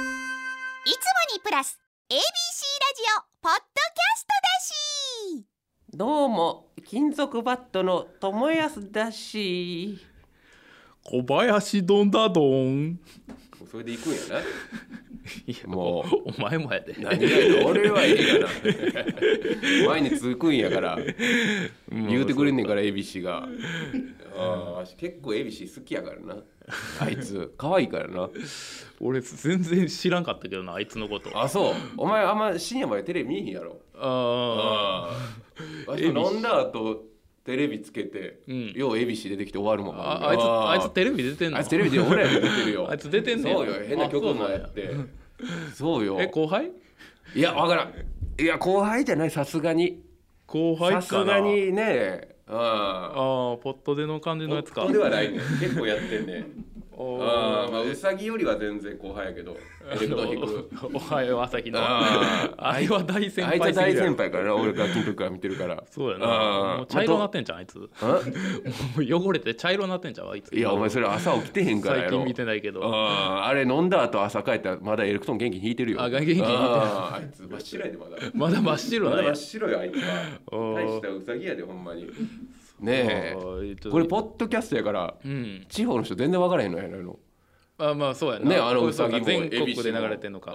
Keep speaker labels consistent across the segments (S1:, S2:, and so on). S1: いつもにプラス ABC ラジオポッドキャストだし
S2: どうも金属バットの友安だし
S3: 小林どんだどん
S4: それで行く んやな。もう。
S3: お前もやで
S4: 何がやねん俺は ええがな前に続くんやから言うてくれんねんから ABC がああ結構 ABC 好きやから なあいつ可愛いからな
S3: 俺全然知らんかったけどなあいつのことあ
S4: あそうお前あんま深夜までテレビ見えへんやろ
S3: あ
S4: ああわしも飲んだ後テレビつけて、
S3: ん
S4: よう ABC 出てきて終わるもん
S3: ああいつあいつテレビ出てんの
S4: あいつテレビで俺らも出てるよ
S3: あいつ出てんねや
S4: そうよ変な曲もやってそう よ
S3: え後輩
S4: いやわからんいや後輩じゃないさすがに
S3: 後輩かな
S4: さすがにねああ
S3: ああポットでの感じのやつか
S4: 夫ではないね結構やってんね
S3: おー
S4: ああまあ うさぎよりは全然後輩やけ どエレクトリッ ク
S3: おはよう朝日の
S4: あ
S3: あれは大先
S4: あ
S3: 輩
S4: いつは
S3: すぎ
S4: 大
S3: るや
S4: 先
S3: ろ
S4: 輩やからな俺が金時から見てるから
S3: そうや
S4: あ
S3: な
S4: あ
S3: もう茶色なってんじゃんあいつも
S4: あ
S3: う汚れて茶色なってんじゃんあいつ
S4: いやお前それ朝起きてへんからや
S3: 最
S4: ろ
S3: 近見てないけど
S4: あああれ飲んだ後朝帰ったらまだエレクトーン元気引いてるよ
S3: あ元気引いてる
S4: あああいつ真っ白いでまだ
S3: まだ真っ白
S4: ま
S3: な
S4: だ
S3: ん
S4: 真
S3: や
S4: っ白よあいつは
S3: おー
S4: 大したうさぎやでほんまにね
S3: あーえっ
S4: え
S3: と
S4: これポッドキャストやから
S3: うん
S4: 地方の人全然分からへんのやないの
S3: あまあそうやな
S4: ねあの
S3: これ
S4: うさぎ
S3: そ
S4: も
S3: うか全
S4: 恵
S3: 国
S4: 比寿
S3: で
S4: も
S3: 流れてんのか
S4: あ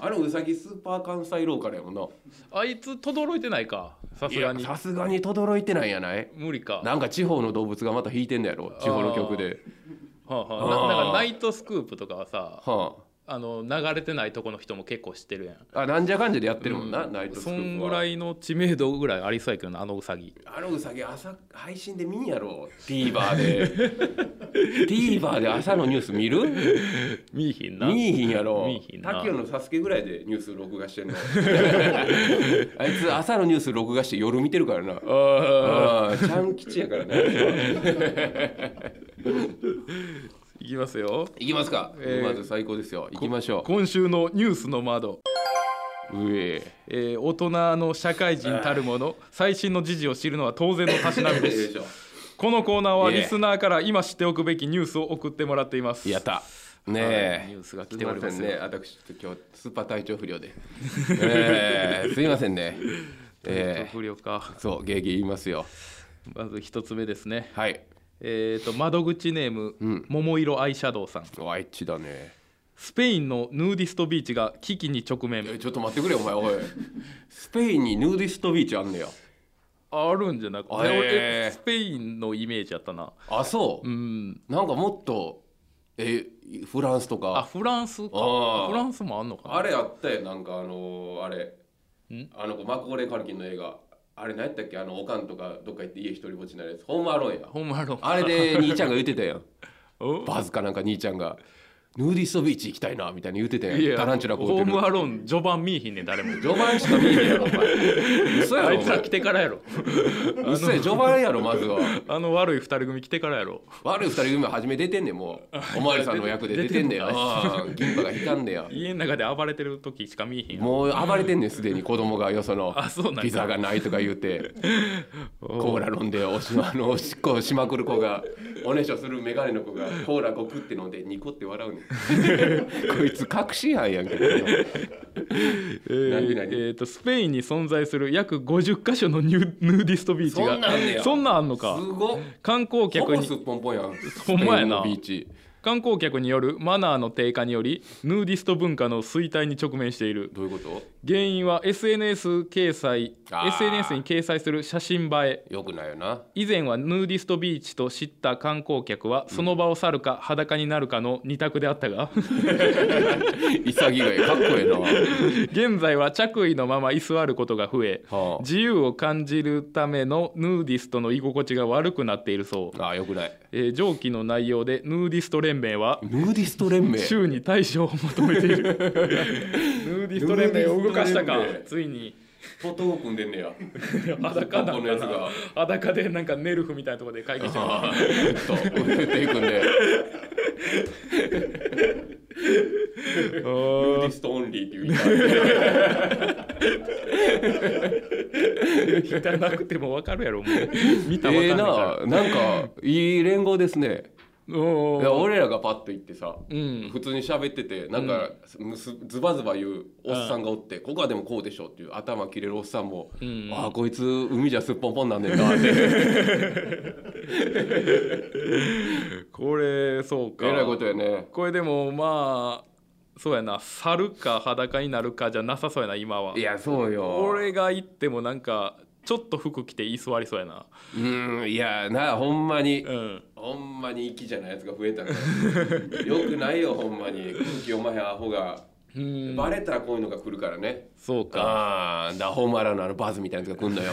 S4: ああのうさぎスーパー関西ローカルやもんな
S3: あいつとどろいてないかさす
S4: い
S3: が
S4: や
S3: に
S4: さすがにとどろいてないんやない
S3: 無理か
S4: なんか地方の動物がまた弾いてんだやろ地方の曲で
S3: はあはあな
S4: あー
S3: なんかナイトスクープとかはさ
S4: は
S3: あの流れてないとこの人も結構知ってるやん
S4: ああなんじゃかんじゃでやってるもんな、ナイトスク
S3: そ
S4: ープ
S3: んぐ
S4: は
S3: らいの知名度ぐらいありそうやけどなあのウサギ
S4: あのうさぎ朝配信で見んやろ TVer で TVer で朝のニュース見る
S3: 見いひんな
S4: 見いひんやろ
S3: 見いひんな
S4: タキオのサスケぐらいでニュース録画してん のあいつ朝のニュース録画して夜見てるからなああちゃん吉やか らね
S3: いきますよ
S4: 行きますか、
S3: えー
S4: まず最高ですよ行きましょ
S3: 今週のニュースの窓、
S4: ううえ
S3: えー大人の社会人たるもの最新の時事を知るのは当然のたしなみで
S4: よ い
S3: す
S4: しょ
S3: このコーナーはい
S4: え
S3: リスナーから今知っておくべきニュースを送ってもらっています
S4: やったね
S3: はい
S4: え
S3: ニュースが来ておりますよ
S4: いませんね私今日スーパー体調 不良で、ええすいませんねええ
S3: 不良か
S4: そう芸芸言いますよ
S3: まず一つ目ですね
S4: はい
S3: えー、と窓口ネーム、
S4: ん
S3: 桃色アイシャドウさん
S4: おあいちだね
S3: スペインのヌーディストビーチが危機に直
S4: え
S3: 面
S4: ちょっと待ってくれお前おいスペインにヌーディストビーチあんねや
S3: あるんじゃなくて、
S4: あへー
S3: 俺スペインのイメージやったな
S4: あそう、
S3: うん
S4: なんかもっとえフランスと
S3: あ
S4: か
S3: フランスか
S4: あー
S3: フランスもあんのかな
S4: あれあったよなんかあのーあれ
S3: ん
S4: あの子マクゴレーカルキンの映画あれ何やったっけあのおかんとかどっか行って家一人ぼっちになるやつホームアローンや
S3: ホームアローン
S4: あれで兄ちゃんが言ってたやん
S3: お
S4: バズかなんか兄ちゃんがヌーディストビーチ行きたいなみたいに言ってた
S3: い
S4: やん
S3: や
S4: タランチュラこう
S3: ホ
S4: て
S3: ー
S4: る
S3: ムアローン序盤見えひんねん誰も
S4: 序盤しか見えへんや ろお前嘘や
S3: あ
S4: ろ
S3: い
S4: お
S3: つら
S4: 前
S3: 来てからやろ
S4: 嘘や序盤やろまずは
S3: あの悪い二人組来てからやろ
S4: 悪い二人組は初め出てんねんも うおまわりさんの役で出てんねん
S3: 出てん
S4: あー銀歯が引かんねや
S3: 家の中で暴れてる時しか見えへんやん
S4: もう暴れてんねんす でに子供がよその
S3: あそうなんや
S4: ピザがないとか言うて コーラ飲んでおしあのおしっこしまくる子 がおねしょする眼鏡の子がコーラごくって飲んでニコって笑うね んこいつ確信犯やんけど
S3: えー
S4: 何々
S3: えーとスペインに存在する約50箇所のニュヌーディストビーチが
S4: そんなんあんねや
S3: そんなんあんのか
S4: すごっ
S3: 観光
S4: ほ
S3: 客
S4: ぼすっ
S3: に
S4: ぽんぽんやん
S3: ほんまやな
S4: スペインのビーチ
S3: 観光客によるマナーの低下によりヌーディスト文化の衰退に直面している
S4: どういうこ
S3: 原因は SNS 掲載
S4: あー
S3: SNS に掲載する写真映え
S4: とよくないよな
S3: 以前はヌーディストビーチと知った観光客はその場を去るか裸になるかの二択であったが
S4: 潔がいかっこええな
S3: 現在は着衣のまま居座ることが増え
S4: はあ
S3: 自由を感じるためのヌーディストの居心地が悪くなっているそう、
S4: ああよくない
S3: えー上記の内容でヌーディスト連盟は
S4: ヌーディスト連盟
S3: 州に対処を求め ているヌーディスト連盟を動かしたか
S4: ヌーディスト連盟
S3: つい に
S4: ポトを組んでんねや。
S3: 裸なん
S4: この
S3: か
S4: やつ
S3: な
S4: が
S3: 裸でなんかネルフみたいなところで会議してる
S4: そう、手組ん で。ヌーディストオンリーっていう言い方。
S3: 汚くてもわかるやろもう見たらわ
S4: ええ
S3: か んないから、
S4: な、なんかいい連合ですね。
S3: お
S4: い
S3: ー
S4: や俺らがパッと行ってさ
S3: うん
S4: 普通に喋っててなんか、むすズバズバ言うおっさんがおって、ここはでもこうでしょっていう頭切れるおっさんも、
S3: ん
S4: ああこいつ海じゃすっぽんぽんなんねんなってえ
S3: これそうか
S4: らいことやね
S3: これでもまあそうやな猿か裸になるかじゃなさそうやな今はい
S4: やそうよ
S3: 俺が行ってもなんかちょっと服着て居座りそうやな
S4: うんいやなほんまに、
S3: うん
S4: ほんまに息じゃないやつが増えたか らよくないよほんまに空気読まへんアホが、
S3: うん
S4: バレたらこういうのが来るからね
S3: そうか
S4: ああだホームアラウンドのあのバズみたいなやつが 来んのよ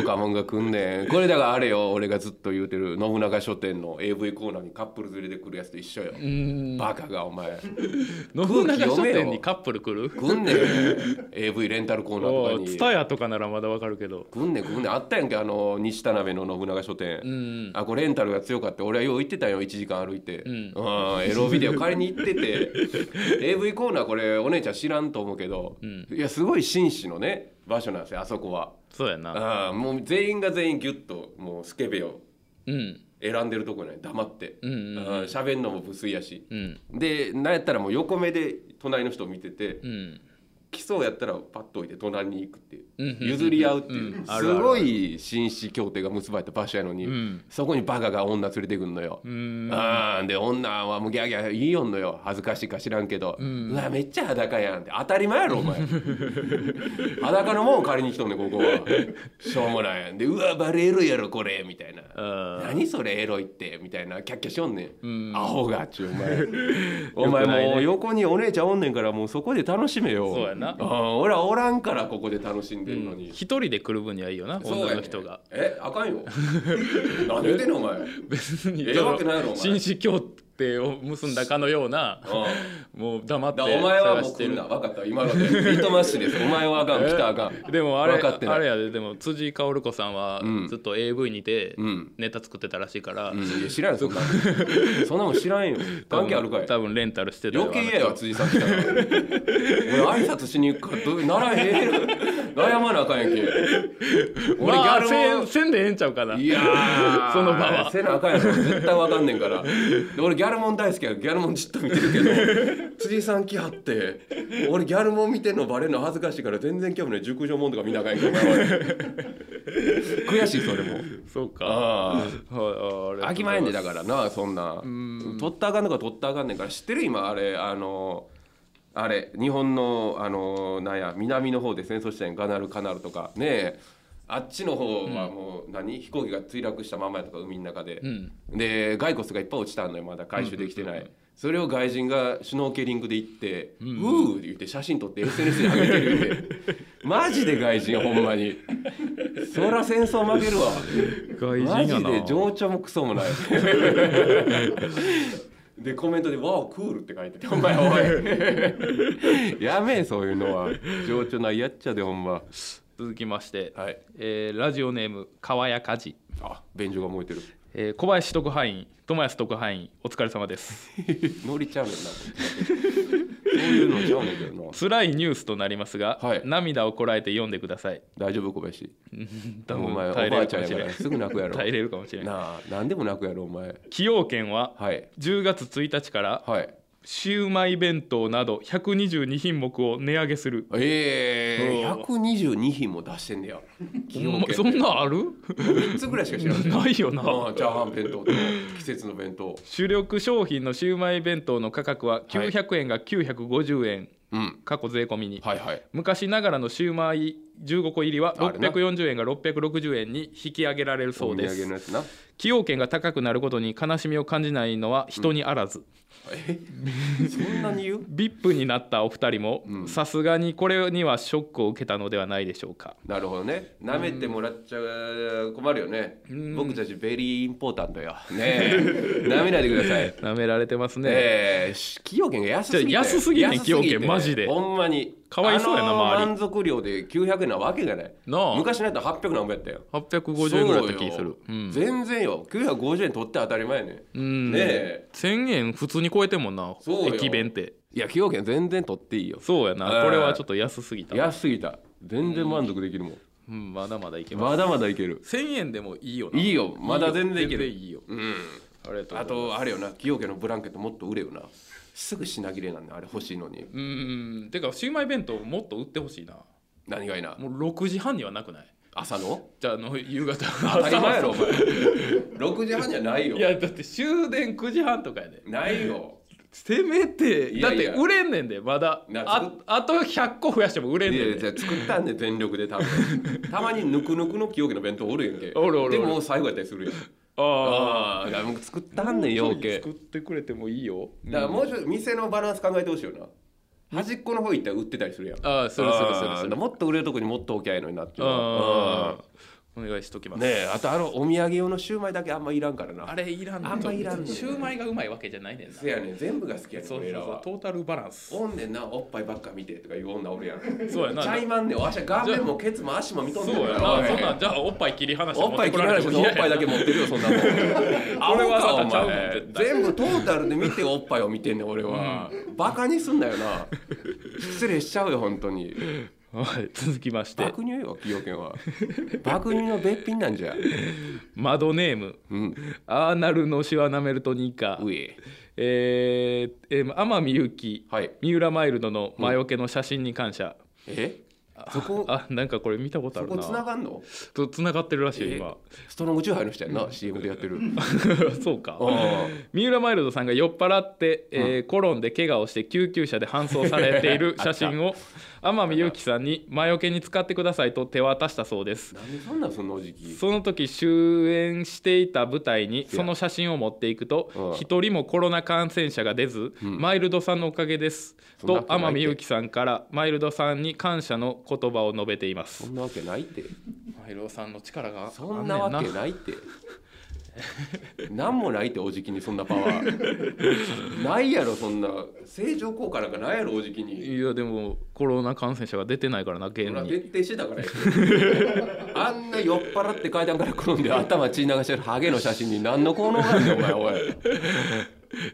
S4: 愚かもんが来んねんこれだからあれよ俺がずっと言うてる信長書店の AV コーナーにカップル連れてくるやつと一緒よ
S3: うん
S4: バカがお前
S3: 信
S4: 空気
S3: 長書
S4: 読めよ
S3: 店にカップル来る
S4: 来んねん AV レンタルコーナーとかに
S3: ツタヤとかならまだわかるけど
S4: 来んねん来んねんあったやんけあの西田鍋の信長書店、
S3: うん
S4: あこれレンタルが強かって俺はよう行ってたよ1時間歩いて、
S3: ん
S4: うんエロビデオ借りに行っ てて AV コーナーこれお姉ちゃん知らんと思うけど、
S3: ん
S4: いやすごい紳士のね場所なんですよあそこは
S3: そうやな
S4: あもう全員が全員ギュッともうスケベを
S3: うん
S4: 選んでるとこね黙って
S3: うんうんうん
S4: あ喋、んのも不粋やし、
S3: うん
S4: でなんやったらもう横目で隣の人を見てて、
S3: うん
S4: 来そうやったらパッと置いて隣に行くっていう、
S3: うんうんうん
S4: 譲り合うっていう、
S3: うんあ
S4: す
S3: るある
S4: ごい紳士協定が結ばれた場所やのに、
S3: ん
S4: そこにバカが女連れてくんのよ、
S3: うん
S4: あーで女はもうギャーギャー言いよんのよ恥ずかしいか知らんけど、うわめっちゃ裸やんって当たり前やろお 前裸のもんを借りに来とんねんここはしょうもないでうわバレエロいやろこれみたいな
S3: うん
S4: 何それエロいってみたいなキャッキャしよんねん
S3: ん
S4: アホがっちゅう お前
S3: よくな
S4: お
S3: い
S4: 前
S3: ね
S4: もう横にお姉ちゃんおんねんからもうそこで楽しめよ
S3: そうやな
S4: あー俺はおらんからここで楽しんでるのに、
S3: 一人で来る分にはいいよな
S4: そうやね
S3: 女の人 が
S4: えあか んよ何言うてんのお前
S3: 別に
S4: ええわけないやろお前
S3: 紳士協定を結んだかのような
S4: うん
S3: もう黙って
S4: だからお前はもう
S3: して
S4: 来ん
S3: る
S4: な分かった今の で糸ましですお前はあかん来たらあかん
S3: でもあれ
S4: 分かってない
S3: あれやででも辻井薫子さんは
S4: うん
S3: ずっと AV にて
S4: うん
S3: ネタ作ってたらしいから、
S4: うんいや知らんよそんなんそんなもん知らんよ関係あるかい
S3: 多分レンタルしてたよ
S4: 余計やよ辻さん来たら俺挨拶しに行くからどうならへん悩まなあかんやんけ
S3: あの人
S4: 俺ギ
S3: ま
S4: ャ
S3: あせん
S4: ル
S3: せんでええんちゃうかない
S4: や ー
S3: その場は
S4: せなあかんやろ絶対わかんねんからで俺ギャルモン大好きやからギャルモンじっと見てるけ ど辻さん来はって俺ギャルモン見てんのバレるの恥ずかしいから全然興味ない熟女もんとか見なあかんやんけお前は 悔しいそれも
S3: そうか
S4: あ
S3: はい
S4: あ
S3: あ
S4: 飽きまへんでだからなそんな取ったらあかんのか取ったらあかんねんから知ってる今あれあのあれ日本のあのなんや南の方で戦争したやんガナルカナルとかねえあっちの方はもう、何飛行機が墜落したままやとか海の中で、
S3: ん
S4: で骸骨がいっぱい落ちたのよまだ回収できてない、それを外人がシュノーケリングで行って「うー」って言って写真撮って SNS で上げてる言う てマジで外人ほんまにそら戦争負けるわ
S3: 外
S4: マ
S3: 人や
S4: ジ
S3: な
S4: で情緒もクソも ないでコメントで「わあクール」って書いてて「お前おいやめえそういうのは情緒ないやっちゃでほんま
S3: 続きまして、
S4: はい
S3: えーラジオネーム川谷かじ、
S4: あ便所が燃えてる
S3: えー小林特派員友安特派員お疲れ様です
S4: ノリちゃうねんなこれそういうのちゃうねんけどな
S3: 辛いニュースとなりますが、
S4: はい
S3: 涙をこらえて読んでください
S4: 大丈夫小林
S3: 多
S4: お
S3: 分
S4: 前おば
S3: 耐えれ
S4: あ
S3: る
S4: ち
S3: か
S4: ゃん
S3: もし
S4: やか
S3: れ
S4: ら
S3: ん
S4: すぐ泣くやろ
S3: 耐えれるかもしれん
S4: なあ何でも泣くやろお前
S3: 崎陽軒は
S4: はい
S3: 10月1日から
S4: はい
S3: シウマイ弁当など122品目を値上げする
S4: え
S3: う
S4: え
S3: ん
S4: 122品も出してんねや崎陽軒
S3: そんなんある
S4: 3つぐらいしか知らんねん
S3: ないよ
S4: あ
S3: な
S4: あチャーハン弁当と季節の弁当
S3: 主力商品のシウマイ弁当の価格は900円が950円、
S4: うん
S3: 過去税込みに、
S4: はいはい
S3: 昔ながらのシウマイ15個入りは
S4: あれな
S3: 640円が660円に引き上げられるそうで
S4: お土産
S3: す
S4: のやつな
S3: 崎陽軒が高くなることに悲しみを感じないのは人にあらず、
S4: えそんなに言う
S3: VIP になったお二人も
S4: うん
S3: さすがにこれにはショックを受けたのではないでしょうか
S4: なるほどね舐めてもらっちゃ困るよね僕たちベリーインポータントよねえ舐めないでくださいね
S3: なめられてますね、
S4: え企業券が安すぎて
S3: じゃあ安すぎんねん
S4: 安ぎて
S3: 崎陽軒マジで
S4: ほんまに
S3: かわいそうやな
S4: あの
S3: 周り
S4: 満足量で900円なわけがない
S3: なあ
S4: 昔のやったら800何ぼやったよ
S3: 850円ぐらいだった
S4: そう
S3: 気
S4: よ
S3: する、うん
S4: 全然よ950円取って当たり前やね
S3: うん
S4: ねえ
S3: 1000円普通に超えてんもんな
S4: そうよ
S3: 駅弁って
S4: いや企業券全然取っていいよ
S3: そうやな、
S4: えー
S3: これはちょっと安すぎた、
S4: 安すぎた全然満足できるもん、
S3: うん、まだまだいけます
S4: まだまだいける
S3: 1000円でもいいよない
S4: い
S3: よ
S4: よまだ全然いける
S3: 全然いいよ
S4: うん
S3: ありがとうご
S4: あ
S3: ざいます
S4: とあれよな崎陽家のブランケットもっと売れよなすぐ品切れなんであれ欲しいのに
S3: うんうんてかシウマイ弁当もっと売ってほしいな
S4: 何がいいな
S3: もう6時半にはなくない
S4: 朝の
S3: じゃああの夕方
S4: 当たり前やろお前6時半じゃないよ
S3: いやだって終電9時半とかやで
S4: ないよ
S3: せめて
S4: いやいや
S3: だって売れんねんでまだ
S4: な
S3: ああと100個増やしても売れん
S4: いやい
S3: ねん
S4: やじ
S3: で
S4: ゃあ作ったんで全力で 多分たまにぬくぬくの崎陽家の弁当おるやんけ
S3: おるおるおる
S4: でも最後やったりするやん
S3: あ
S4: ああもう作っ
S3: あ
S4: たんねん陽家
S3: 作ってくれてもいいよ
S4: だからも
S3: う
S4: うちょっと店のバランス考えてほしいよな端っこの方行ったら売ってたりするやん
S3: んああするするする
S4: あ
S3: す
S4: ー
S3: る
S4: もっと売れるとこにもっと置きゃいいのになっていうのは
S3: ああお願いしとき
S4: う
S3: ま
S4: ん
S3: す
S4: ねえあとあのお土産用のシューマイだけあんまいらんからな
S3: あれいらん
S4: あんまいらんねん
S3: シューマイがうまいわけじゃないねんな
S4: せやねん全部が好きやねん
S3: そうそう
S4: 俺ら
S3: そう
S4: は
S3: トータルバランス
S4: おんねんなおっぱいばっか見てとか言う女おるやんち
S3: そうやな
S4: ゃいまんねんわしは顔面もケツも足も見とん
S3: そ
S4: ね
S3: うんや
S4: おい
S3: なそんなんじゃあおっぱい切り離して
S4: おっぱい切らないでしょ
S3: 持
S4: お
S3: て
S4: っ
S3: こら
S4: ぱ
S3: れ
S4: いだ
S3: て
S4: け持ってるよそんな もん
S3: これわざ
S4: アホ
S3: とちゃ
S4: か
S3: うもん
S4: お前
S3: 絶対
S4: 全部トータルで見ておっぱいを見てんねん俺はバカにすんなよな失礼しちゃうよ本当に
S3: もはい続きまして
S4: 爆乳よ崎陽軒は爆乳のべっぴんなんじゃ
S3: マドネーム
S4: うん
S3: アーナルのシワナメルトニーカ
S4: うえ
S3: えーえー天海祐希
S4: はい
S3: 三浦マイルドの魔除けの写真に感謝、
S4: えそこ
S3: あなんかこれ見たことあ
S4: そ
S3: る
S4: こ
S3: な
S4: つながんの
S3: と繋がってるらしいよ今
S4: ストロングチューハイの人やんな CM でやっ てる
S3: そうか
S4: あ
S3: 三浦マイルドさんが酔っ払って、えー転んで怪我をして救急車で搬送されてい る写真を天海祐希さんに魔除けに使ってくださいと手渡したそうです
S4: あなんでそんなんそんなおじき
S3: その時終演していた舞台にその写真を持っていく
S4: うん
S3: と一人もコロナ感染者が出ず、
S4: ん
S3: マイルドさんのおかげです
S4: そんなわ
S3: と
S4: けな
S3: 天海
S4: いって
S3: 祐希さんからマイルドさんに感謝の言葉を述べていま
S4: そ
S3: す
S4: んなわけないって
S3: マイルドさんの力が
S4: そんなわけないって何も ないっておじきにそんなパワー ないやろそんな正常効果なんかないやろおじきに
S3: いやでもコロナ感染者が出てないからな現
S4: 俺は
S3: に
S4: 徹底してたから やあんな酔っ払って階段から転んで頭血流してるハゲの写真に何の効能があるんだよお前おい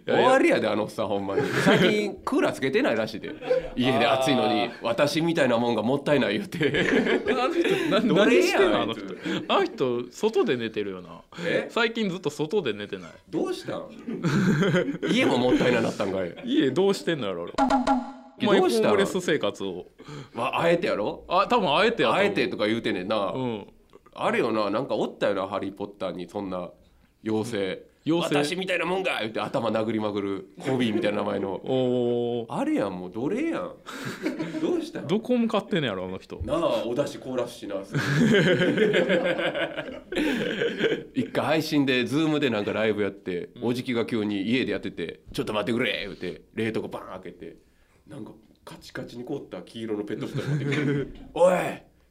S4: 終わりやであのおっさんほんまに最近クーラーつけてないらしいで家で暑いのに私みたいなもんがもったいない言うて
S3: あの人な
S4: 奴隷
S3: 何してんの
S4: やん
S3: あの人あの人外で寝てるよな
S4: え
S3: 最近ずっと外で寝てない
S4: どうしたん家ももったいななったんかい
S3: 家どうしてんのやろ
S4: え
S3: 俺お前
S4: どうした
S3: ホームレス生活を
S4: わあえてやろ
S3: あ多分あえてやと思
S4: あ
S3: う
S4: えてとか言うてんねんな、
S3: うん
S4: あるよななんかおったよな「ハリー・ポッター」にそんな妖精
S3: 妖精
S4: 私みたいなもんが言って頭殴りまくるコビーみたいな名前の
S3: おー
S4: あれやんもう奴隷や んどうしたん
S3: どこ向かってんねやろあの人
S4: なあお出汁凍らすしな 一回配信でズームでなんかライブやって、おじきが急に家でやってて「ちょっと待ってくれ」言うて冷凍庫バーン開けてなんかカチカチに凍った黄色のペットボトル持ってく る「おい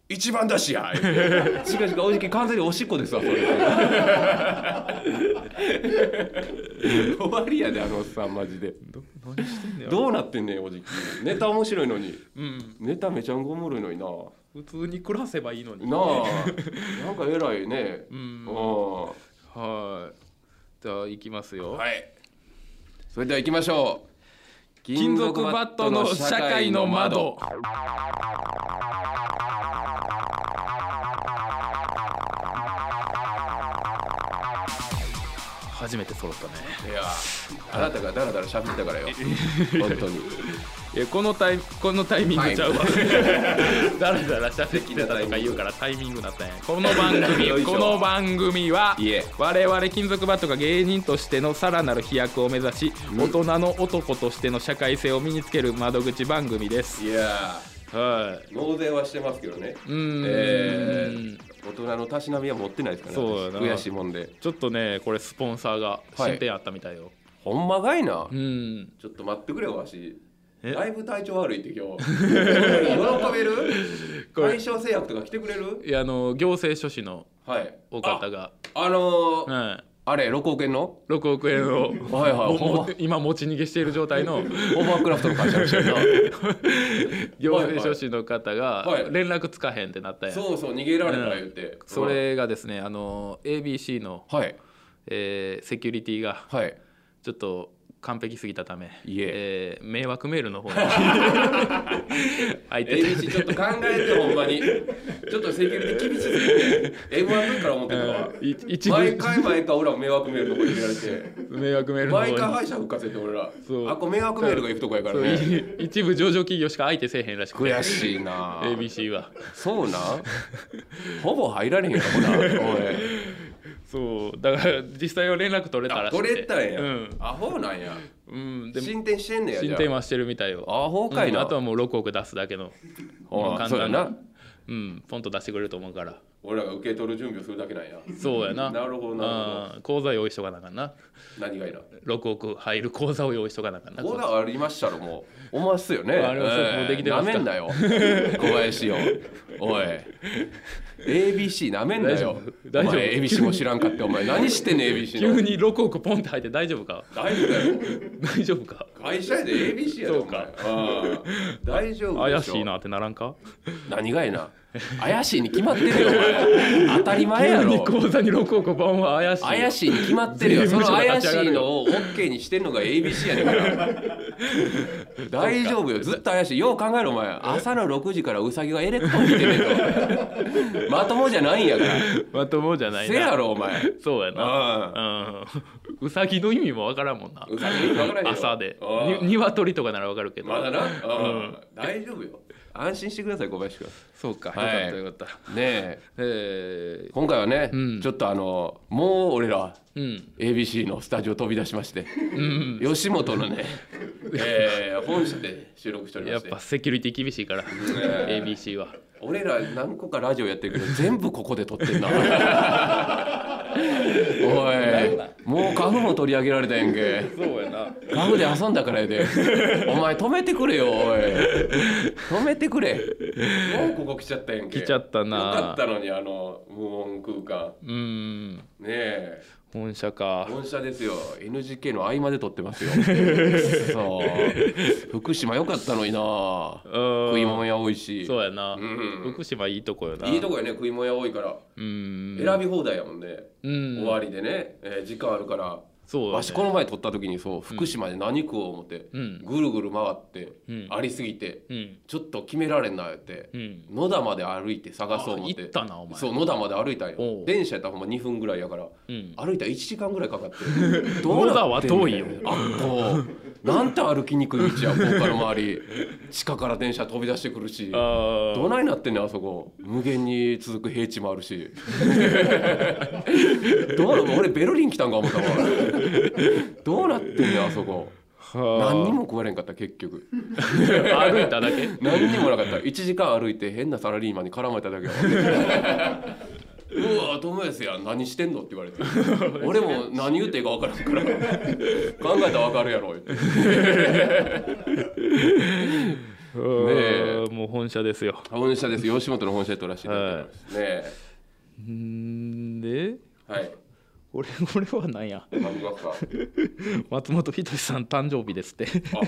S4: 一番だしや!」言うてしかしかおじき完全におしっこですわそれ 終わりやであのおっさんマジで
S3: ど何してんねやろ
S4: どうなってんねんおじきネタ面白いのに
S3: うん
S4: ネタめちゃんこおもろいのにな
S3: 普通に暮らせばいいのに
S4: なあ、なんか偉いね。
S3: う
S4: うんん。
S3: はいじゃあ行きますよ
S4: はい。それでは行きましょう。
S3: 金属バットの社会の窓。初めて揃ったね
S4: いや、あなたがダラダラ喋ってたからよ。本当に。
S3: えこのタイこのタイミングちゃうわ、
S4: は
S3: だらだらしゃべってたとか言うからタイミングだったんや この番
S4: よい
S3: 組
S4: しょ
S3: この番組はい
S4: え
S3: 我々金属バットが芸人としてのさらなる飛躍を目指し大人の男としての社会性を身につける窓口番組です
S4: いや、
S3: は
S4: 納税はしてますけどね。
S3: いうん、
S4: えー大人のたしなみは持ってないですからね。
S3: そうやな
S4: 私悔しいもんで。
S3: ちょっとねこれスポンサーが
S4: はい
S3: 進展あったみたいよ、
S4: ほんまがいな
S3: う。ん
S4: ちょっと待ってくれよわし。
S3: え
S4: だいぶ体調悪いって 今日喜べる
S3: これ
S4: 解消製薬とか来てくれる
S3: いやあの行政書士の
S4: はい
S3: お方が
S4: ああのー
S3: は
S4: あれ六億円の
S3: い、6億円を
S4: はいはいほん
S3: も
S4: ま
S3: も今持ち逃げしている状態の
S4: オーバークラフトの会社の人 やな
S3: 行政書士の方が
S4: はいはい
S3: 連絡つかへんってなったやん、
S4: そうそう逃げられたら言って、
S3: それがですねあの ABC の、
S4: はい
S3: えーセキュリティが
S4: はい
S3: ちょっと完璧すぎたため、
S4: い
S3: え
S4: え
S3: ー迷惑メールの 方に相手
S4: ABC ちょっと考えてほんまにちょっとセキュリティ厳しすぎて M1 から思ってた わ
S3: い一部
S4: 毎回毎回俺ら迷惑メールのとこに入れら れて
S3: 迷惑メールの方
S4: 毎
S3: に
S4: 回敗者復活やって俺ら
S3: そう
S4: あこれ迷惑メールが行くとこやから
S3: そう
S4: ね
S3: い 一部上場企業しか相手せえへんらしくて
S4: 悔しいな
S3: ABC は
S4: そうなんほぼ入られへんやろな俺
S3: そうだから実際は連絡取れたらしくて
S4: 取れたんや、
S3: うん、
S4: アホなんや
S3: うん、でも
S4: 進展してんねやじゃ
S3: 進
S4: あ
S3: 展はしてるみたいよ
S4: アホかいな、
S3: うんあとはもう6億出すだけの
S4: ああそうやな
S3: うんポンと出してくれると思うから
S4: 俺らが受け取る準備をするだけなんや
S3: そうやな
S4: なるほどなるほど
S3: うん口座用意しとかなあかんな
S4: 何がいいな
S3: 6億入る口座を用意しとかなあかんな
S4: オーダーありましたろもう思わすよね
S3: あります
S4: ええ
S3: もうできてますか
S4: なめん なよ小林よおい ABC なめんなよ
S3: 大丈夫
S4: お前 ABC も知らんかってお前何してんねん ABC の
S3: 急に6億ポンって入って大丈夫か
S4: 大丈夫だよ
S3: 大丈夫か
S4: 会社やで ABC や
S3: そ
S4: で
S3: うか
S4: お前ああ大丈夫で
S3: 怪
S4: しょ
S3: しいなってならんか
S4: 何がいいな怪しいに決まってるよ お前当たり前や
S3: 急に
S4: ろ
S3: 口座に6億ポンは怪しいよ
S4: 怪しいに決まってるよ
S3: 税
S4: そ
S3: 務署
S4: の
S3: が
S4: 怪
S3: 立ち
S4: し
S3: 上が
S4: い
S3: るよ
S4: のを OK にしてんのが ABC やねんから 大丈夫よずっと怪しいよう考えろお前朝の6時からウサギがエレクトン見てねえと まともじゃないんやから
S3: まともじゃないな
S4: せやろお前
S3: そうや
S4: う
S3: なうんうさぎの意味もわからんもんな
S4: ウサギ分からへんよ
S3: 朝で
S4: うん
S3: に鶏とかならわかるけど、
S4: まだな、うん、大丈夫よ安心してください小林君
S3: そうかよ
S4: はい
S3: かったよかった、
S4: ねえ
S3: え
S4: 今回はね、
S3: うん
S4: ちょっとあのもう俺ら
S3: ー、うん、
S4: ABC のスタジオ飛び出しまして、吉本 のね、えー本社で収録しており
S3: や
S4: ま
S3: っ
S4: して
S3: ぱセキュリティ厳しいから ABC は
S4: 俺ら何個かラジオやってる けど全部ここで撮ってんなおいもうカフも取り上げられたやんけ
S3: そうやな
S4: カフで遊んだから やでお前止めてくれよおい止めてくれもうここ来ちゃったやんけ
S3: 来ちゃったな
S4: よかったのにあの無音空間
S3: うん
S4: ねえ
S3: 本社か
S4: 本社ですよ NGK の合間で撮って ますよそう福島良かったのにな食
S3: 食
S4: い物屋多いし
S3: そうやな、
S4: ん
S3: 福島いいとこよない
S4: いとこやね食い物屋多いから
S3: うん
S4: 選び放題やもんね、
S3: うん
S4: 終わりでね、えー時間あるから、
S3: そう
S4: わ
S3: や
S4: しこ
S3: ね
S4: の前撮った時にそう福島で何食おう思って、
S3: うん
S4: ぐるぐる回って、
S3: うん
S4: ありすぎて、
S3: うん
S4: ちょっと決められんなって、
S3: うん
S4: 野田まで歩いて探そう思って
S3: あ行ったなお前
S4: そう野田まで歩いたんよ
S3: おう
S4: 電車やったらほんま2分ぐらいやから、
S3: うん
S4: 歩いたら1時間ぐらいかかって
S3: 野田は遠いよ
S4: どうなってんねんあとなんて歩きにくい道やここから周り地下から電車飛び出してくるし
S3: あー
S4: どないなってんねんあそこ無限に続く平地もあ るしどうな俺ベルリン来たんか思ったわどうなってんねんあそこ
S3: は
S4: 何にも食われんかった結局
S3: あ歩いただ け
S4: 何にもなかった1時間歩いて変なサラリーマンに絡まれただけやわうわ友達や何してんのって言わ れて俺も何言っていいか分からんから考えたら分かるやろ言って
S3: ねもう本社ですよ
S4: 本社です吉本の本社で撮らせていただいてます、ね
S3: んで
S4: えはい
S3: 俺俺はなんや
S4: 何がか
S3: 松本人志さん誕生日ですって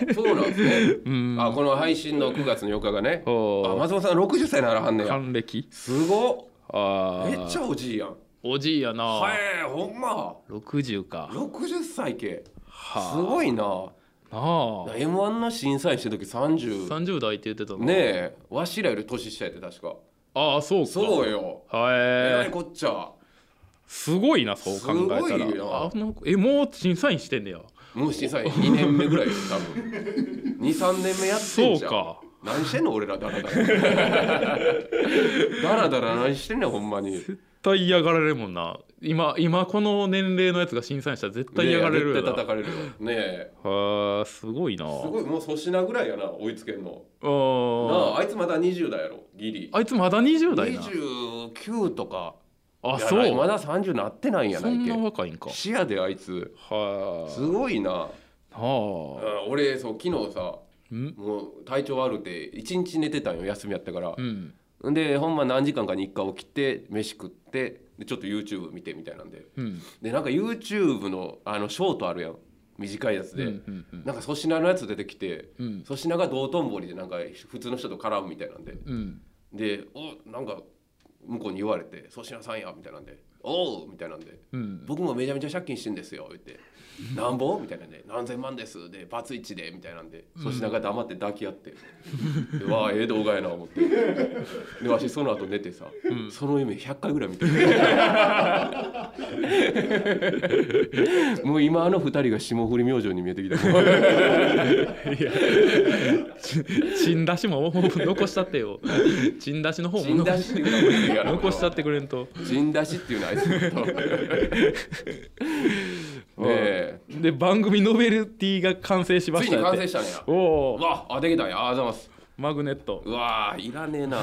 S4: あそうなんですね。あこの配信の9月の4日がね。あ
S3: ほう
S4: 松本さん60歳ならはんねや。
S3: 還暦
S4: すご
S3: あ
S4: っ。
S3: あ
S4: めっちゃおじいやん。
S3: おじいやな、
S4: はえほんま。
S3: 60かな
S4: 60歳系。
S3: はあ
S4: すごいな。
S3: あ
S4: M1 の審査員してる時30。
S3: 30代って言ってたの
S4: ねえ、わしらより年下やって確か。
S3: ああそうか
S4: そうよ。え
S3: は
S4: らい
S3: い
S4: こっちゃ。
S3: すごいなそう考えた
S4: す
S3: ら
S4: ごいよ
S3: あなんかえもう審査員してんねや
S4: もう審査員2年目ぐらいよ多分。2、3年 目やってんじ
S3: そ
S4: ゃん。
S3: うか
S4: 何してんの俺らダラ ダラ。ダラダラ何してんねんほんまに。
S3: 絶対嫌がられるもんな今今この年齢のやつが審査員したら絶対嫌がられるよ
S4: ねえ絶対
S3: な
S4: 叩かれるよねえ
S3: はあすごいな
S4: すごいもう粗品ぐらいやな追いつけんのな
S3: あ
S4: ああいつまだ20代やろギリ
S3: ああいつまだ20代な
S4: 29とか
S3: あ
S4: いや
S3: そ
S4: なま
S3: う
S4: だ30なってないんや
S3: そ
S4: ない
S3: ん
S4: け
S3: な若いんか
S4: 視野であいつ
S3: は
S4: すごいな
S3: あはあ
S4: うん俺そう昨日さ
S3: うん
S4: もう体調悪くて1日寝てたんよ休みやったから
S3: うん
S4: んでほんま何時間かに1回起きて飯食ってでちょっと YouTube 見てみたいなんで
S3: うん
S4: でなんか YouTube のあのショートあるやん短いやつで、
S3: うんうんうん
S4: なんか粗品のやつ出てきて
S3: うん
S4: 粗品が道頓堀でなんか普通の人と絡むみたいなんで
S3: うん
S4: で「おなんか向こうに言われて粗品さんや」みたいなんで「あおうみたいなんで、
S3: ん
S4: 僕もめちゃめちゃ借金してんですよ言って「なんぼ?」みたいなんで「何千万です」で「バツイチで」みたいなんで粗品が黙って抱き合って「でわあええ動画やな」思ってでわしその後寝てさ、その夢100回ぐらい見 てるもう今あの二人が霜降り明星に見えて きた
S3: チン出しも残したって よチン出しの方
S4: チ
S3: も
S4: ン出
S3: 残し
S4: しっていうのは
S3: 残したってくれんと
S4: チン出しっていうのはあいつのこと ねえ
S3: で番組ノベルティが完成しま
S4: つ
S3: し
S4: い
S3: た
S4: に
S3: って
S4: 完成したねや
S3: お
S4: う
S3: お
S4: わあできたよありがとうございます
S3: マグネット
S4: うわいらねえ な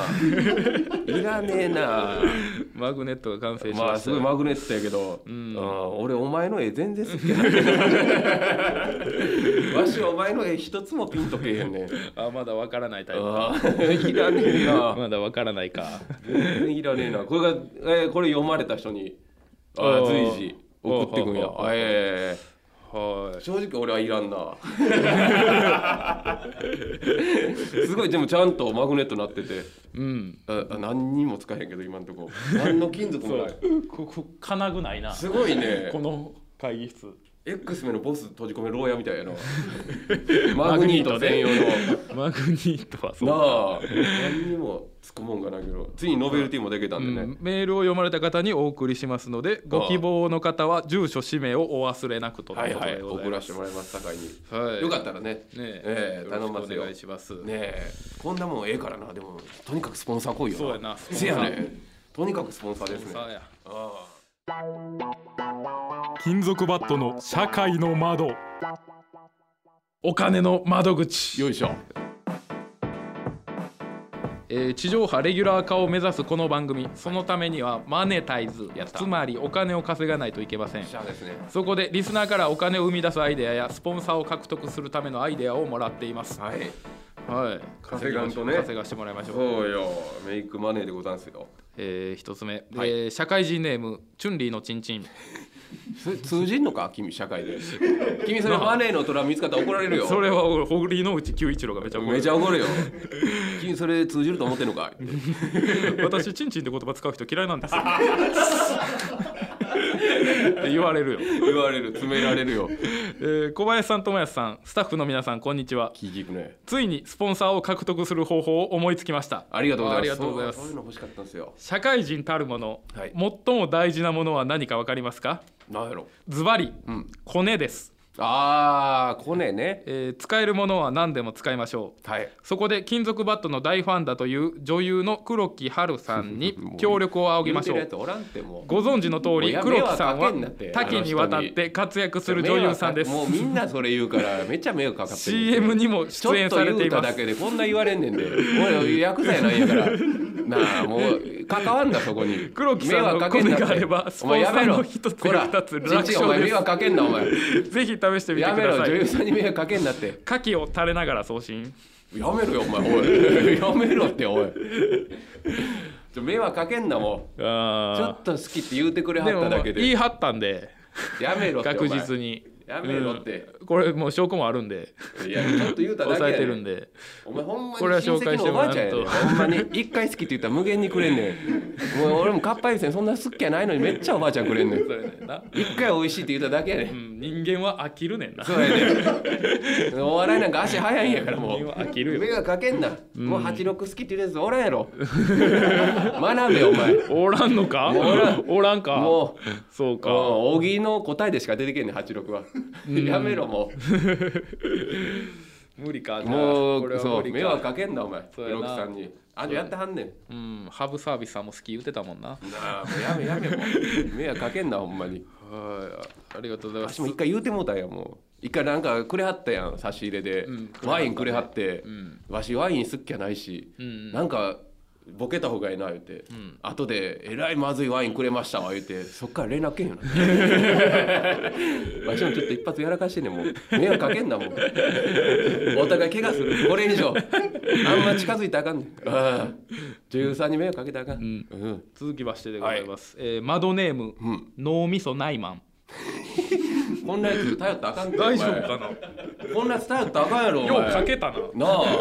S4: いらねえな
S3: マグネットが完成し
S4: ま
S3: ま
S4: あ
S3: し
S4: す
S3: た、
S4: ごいマグネットやけど、うん、俺お前の絵全然好きや なわしお前の絵一つもピンとけえへんねん
S3: あまだわからないタイプ
S4: あーいらねえな
S3: まだわからないか
S4: 全然いらねえなこれが、えーこれ読まれた人にあー
S3: おー
S4: 随時送ってくんや
S3: おーおーおー
S4: ええ
S3: は
S4: 正直俺はいらんな すごいでもちゃんとマグネットなってて
S3: いうん
S4: ああ何にも使えへんけど今んとこ何の金属もない
S3: ここかなぐないな
S4: すごいね
S3: この会議室
S4: X メンのボス閉じ込め牢屋み たいやなマグニート専用の
S3: マグニットはそう
S4: なあ何にもつくもんがないけどついにノベルティもできたんでね、
S3: うんメールを読まれた方にお送りしますのでご希望の方は住所氏名をお忘れなくとの
S4: は
S3: こ
S4: い
S3: と
S4: は
S3: で
S4: い
S3: ござ
S4: 送
S3: い
S4: ら
S3: ま
S4: せ
S3: す
S4: てもらいます高いに、
S3: はい
S4: よかったらね
S3: ね
S4: ええ頼ま
S3: よろし
S4: す
S3: く
S4: よ
S3: お願いします
S4: ねえこんなもんええからなでもとにかくスポンサー来いよ
S3: そうやな
S4: せやねとにかくスポンサーですね
S3: さあや
S4: あ
S5: 金属バットの社会の窓
S3: お金の窓
S4: あ
S3: 口、
S4: よいしょ
S3: えー地上波レギュラー化を目指すこの番組そのためにはマネタイズつまりお金を稼がないといけません
S4: じゃあですね
S3: そこでリスナーからお金を生み出すアイデアやスポンサーを獲得するためのアイデアをもらっていますは
S4: はい
S3: い
S4: 稼がんとね
S3: 稼がしてもらいましょう
S4: そうよメイクマネーでござんすよ
S3: えー、一つ目、
S4: はい
S3: えー社会人ネームチュンリーのチンチン
S4: つ通じんのか君社 会で君それマネーの虎見つかったら怒られるよ
S3: それは俺堀之内九一郎がめちゃ怒る
S4: めちゃ怒るよ君それ通じると思ってんのかい
S3: 私チンチンって言葉使う人嫌いなんですよって言われるよ、
S4: 言われる詰められるよ
S3: えー小林さん友康さんスタッフの皆さんこんにちは
S4: 聞いていくね
S3: ついにスポンサーを獲得する方法を思いつきました
S4: ありがとうございます
S3: ありがとうございます
S4: そうそういうの欲しかったんですよ
S3: 社会人たるもの、
S4: はい
S3: 最も大事なものは何かわかりますか
S4: なんやろ
S3: ズバリ
S4: うん
S3: コネです、
S4: ああコネね
S3: えー使えるものは何でも使いましょう
S4: はい
S3: そこで金属バットの大ファンだという女優の黒木春さんに
S4: もう
S3: 協力を仰ぎましょ
S4: 言う
S3: う
S4: てるやつおらんってもう
S3: ご存知の通
S4: もう
S3: り
S4: やめ
S3: 黒木さんは
S4: 迷惑かけんなって
S3: 多岐にわたって活躍する女優さんです
S4: 迷惑かもうみんなそれ言う からめっちゃ迷惑かかってる
S3: CM にも出演されてい
S4: ちょっと言うた
S3: ま
S4: だ
S3: す
S4: けでこんな言われんねんで俺ヤクザやないんやからなあもう関わんだそこに
S3: 黒木さんの
S4: 迷惑かけなって
S3: コネがあればスポンサー
S4: お前やめろ
S3: の一つや
S4: ほら
S3: 二つ楽
S4: ちんちんお
S3: 勝
S4: 前
S3: です
S4: 迷惑かけんな お前
S3: ぜひ試してみて
S4: や
S3: く
S4: め
S3: だ
S4: ろ
S3: さ
S4: 女
S3: い
S4: 優さんに迷惑かけんなって
S3: 下記を垂れながら送信
S4: やめろよお前おいやめろっておいちょ迷惑かけんなもうちょ
S3: あ
S4: っと好きって言うてくれは
S3: ーで
S4: った
S3: も
S4: だけで
S3: 言い張ったんで
S4: やめろってお
S3: 確
S4: 前
S3: 実に
S4: やめろって、
S3: うんこれもう証拠もあるんで
S4: いやちょっと言うただけ
S3: 抑
S4: や、ね、
S3: えてるんで
S4: お前ほんまに
S3: これは
S4: 親
S3: 紹介し
S4: 戚の
S3: て
S4: お
S3: もらわ
S4: ば
S3: んと
S4: あちゃんやでほんまに一回好きって言ったら無限にくれんねんもう俺もかっぱえびせんそんな好きやないのにめっちゃおばあちゃんくれんね
S3: そ
S4: ん
S3: うやねんな
S4: 一回美味しいって言っただけやね
S3: うんん人間は飽きるねんな
S4: そうやねんお笑いなんか足早いんやからも
S3: 人間
S4: う
S3: は飽きる
S4: 目
S3: よ
S4: がかけんなもう86好きって言うやつおらんやろ学べよお前
S3: おらんのかおらんか
S4: もう
S3: そうか
S4: 小木の答えでしか出てけんねん86はやめろも
S3: 無理か
S4: う
S3: じゃあ
S4: も
S3: これ
S4: う
S3: は
S4: そ
S3: 無
S4: う
S3: 理か
S4: 迷惑かけんなお前
S3: そうやな
S4: 黒木さんにあのやってはんねん
S3: うんハブサービスさんも好き言ってたもんな
S4: なあもうやめやめもう迷惑かけんなほんまに
S3: はいありがとうございま
S4: 私
S3: す
S4: も一回言うてもうたんやもう一回なんかくれはったやん差し入れで、
S3: んくれはったね
S4: ワインくれはって、
S3: ん
S4: わしワイン好きやないし、
S3: ん
S4: なんかボケた方がええな言うて、後で「えらいまずいワインくれましたわ」言うてそっから連絡けん よなわしもちょっと一発やらかしてんねんもう迷惑かけんなもうお互い怪我するこれ以上あんま近づいたらあかんねんああ女優さんに迷惑かけたらあかん、うん
S3: 続きましてでございます、えーマドネーム、脳みそないマン
S4: こんなやつ頼ったらあかんって
S3: 大丈夫かな
S4: こんな伝えたらあかんやろお
S3: よう
S4: 前
S3: かけたな、
S4: なあ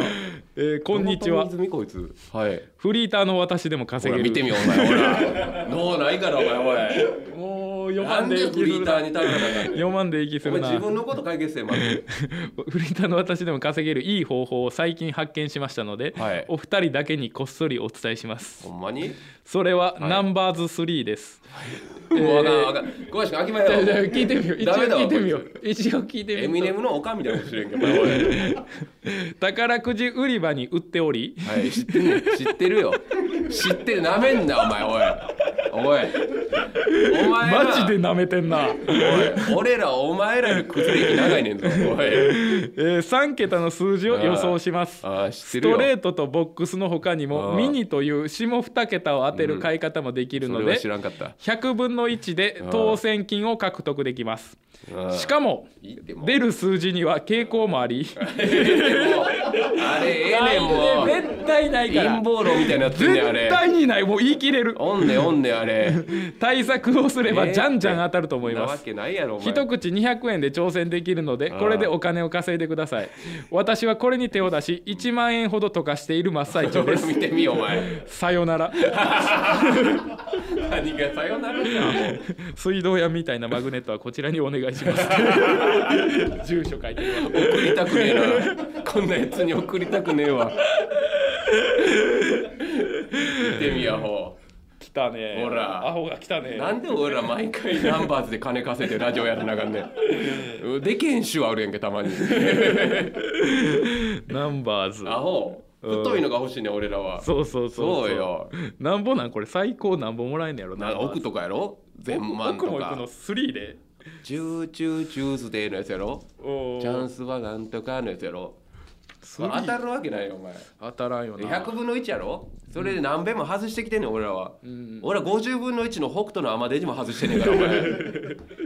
S3: えーこんにちは
S4: 水見こいつはい
S3: フリーターの私でも
S4: ほ
S3: 稼
S4: ら
S3: げる
S4: 見てみようお前ほら脳ないからお前おい
S3: もう4
S4: な
S3: 万
S4: ん
S3: で
S4: で
S3: い
S4: フ
S3: き
S4: リ
S3: する
S4: ー
S3: な
S4: ターに頼らなあか んねん
S3: 4万でいきす
S4: お
S3: る
S4: 前
S3: な
S4: 自分のこと解決せえま ず
S3: フリーターの私でも稼げるいい方法を最近発見しましたので、
S4: はい
S3: お二人だけにこっそりお伝えします
S4: ほんまに
S3: それは
S4: い
S3: ナンバーズ3です、
S4: もうあ
S3: え
S4: かん
S3: ー
S4: あかん詳しく秋葉
S3: じゃあじゃあ
S4: よ
S3: 聞いてみ よう一応
S4: ダメだわ
S3: 聞いてみよう一応聞いてみよう
S4: エミネムのおかんみたいなことしてるやんけお前おい
S3: 宝くじ売り場に売っており
S4: はい、知ってるよ知ってるよ知ってるなめんなお前おいおいお前ら
S3: マジで舐めてん な、
S4: おい俺らお前らより崩れ歴長いねんぞおい
S3: え3桁の数字を予想します
S4: あー知って
S3: ス
S4: るよ
S3: トレートとボックスの他に
S4: あ
S3: も
S4: ー
S3: ミニという下2桁を当てる買い方もできる
S4: そ
S3: の
S4: れは
S3: で、
S4: 知らんかった
S3: 100分の1で当選金を獲得できますしかも
S4: いいってもう
S3: 出る数字には傾向もあ り
S4: あれええねんもう
S3: ないね 絶対ないか
S4: 陰
S3: ら
S4: 謀論みたいになってんねんあ
S3: 絶
S4: れ
S3: 対にないもう言い切れる
S4: おんねんおんねんあれ
S3: 対策をすれ
S4: え
S3: ば
S4: ー
S3: じゃんじゃん当たると思い
S4: な
S3: ま
S4: わ
S3: す
S4: けないやろお前
S3: 一口200円で挑戦できるので
S4: ー
S3: これでお金を稼いでください私はこれに手を出し1万円ほど溶かしている真っ最中
S4: 俺
S3: で
S4: 見
S3: す
S4: てみよお前
S3: さよなら
S4: 何がさよならだもう
S3: 水道屋みたいなマグネットはこちらにお願いします 住所書いてるわ
S4: 送りたくねえ なこんなやつに送りたくねえわ見てみやほ
S3: 来たね
S4: ほら
S3: アホが来たね
S4: なんで俺ら毎回ナンバーズで金稼いでラジオやらなあかんねんでけん週あるやんけたま に
S3: ナンバーズ
S4: アホ太いのが欲しいねん俺らは
S3: そうそうそう
S4: そうよ
S3: なんぼなんこれ最高なんぼもらえんねやろ
S4: な
S3: ナンバー
S4: 奥
S3: ズ
S4: とかやろ全万
S3: 奥
S4: と
S3: も行くの
S4: か
S3: 3で
S4: チューチューチューズデーのやつやろ
S3: おー
S4: チャンスはなんとかのやつやろ
S3: スリ
S4: 当
S3: ー
S4: たるわけないよお前
S3: 当たらんよ
S4: で
S3: な
S4: 100分の1やろそれで何べんも外してきてんねん俺らは、俺は50分の1の北斗の天デジも外してんねんからお 前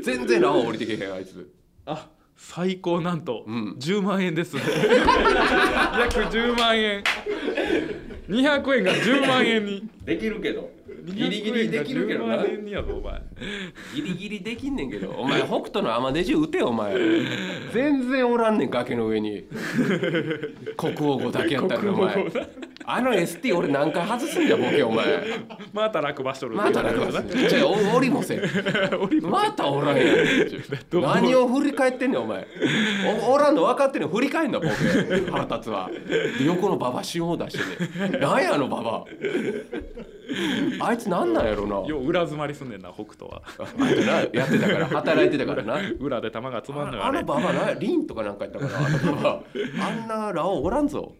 S4: 全然ラオウ降りてけへんあいつ
S3: あ最高なんと、
S4: ん
S3: 10万円です 約10万円200円が10万円に
S4: できるけどギリギリできるけど
S3: 200円が
S4: な
S3: 10万円にやぞお前
S4: ギリギリできんねんけどお前北斗の天デジ打てよお前全然おらんねん崖の上 に国王語だけやったからお前
S3: 国王語だ
S4: あの ST 俺何回外すんじゃボケお前
S3: また落馬しとる
S4: またなんかじゃあおりもせんまた おらんやん何を振り返ってんねんお前おおらんの分かってんねん振り返んなボケ腹立つわで横の馬場しよう出してねなんやあの馬場あいつなんなんやろな
S3: よう裏詰まりすんねんな北斗は
S4: あんたなやってたから働いてたからな
S3: 裏で玉がつまんのよあ
S4: あの
S3: れ
S4: 馬場なリンとかなんかやったからあの馬場あんなラオウおらんぞ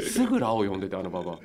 S4: すぐラオウ呼んでてあの馬場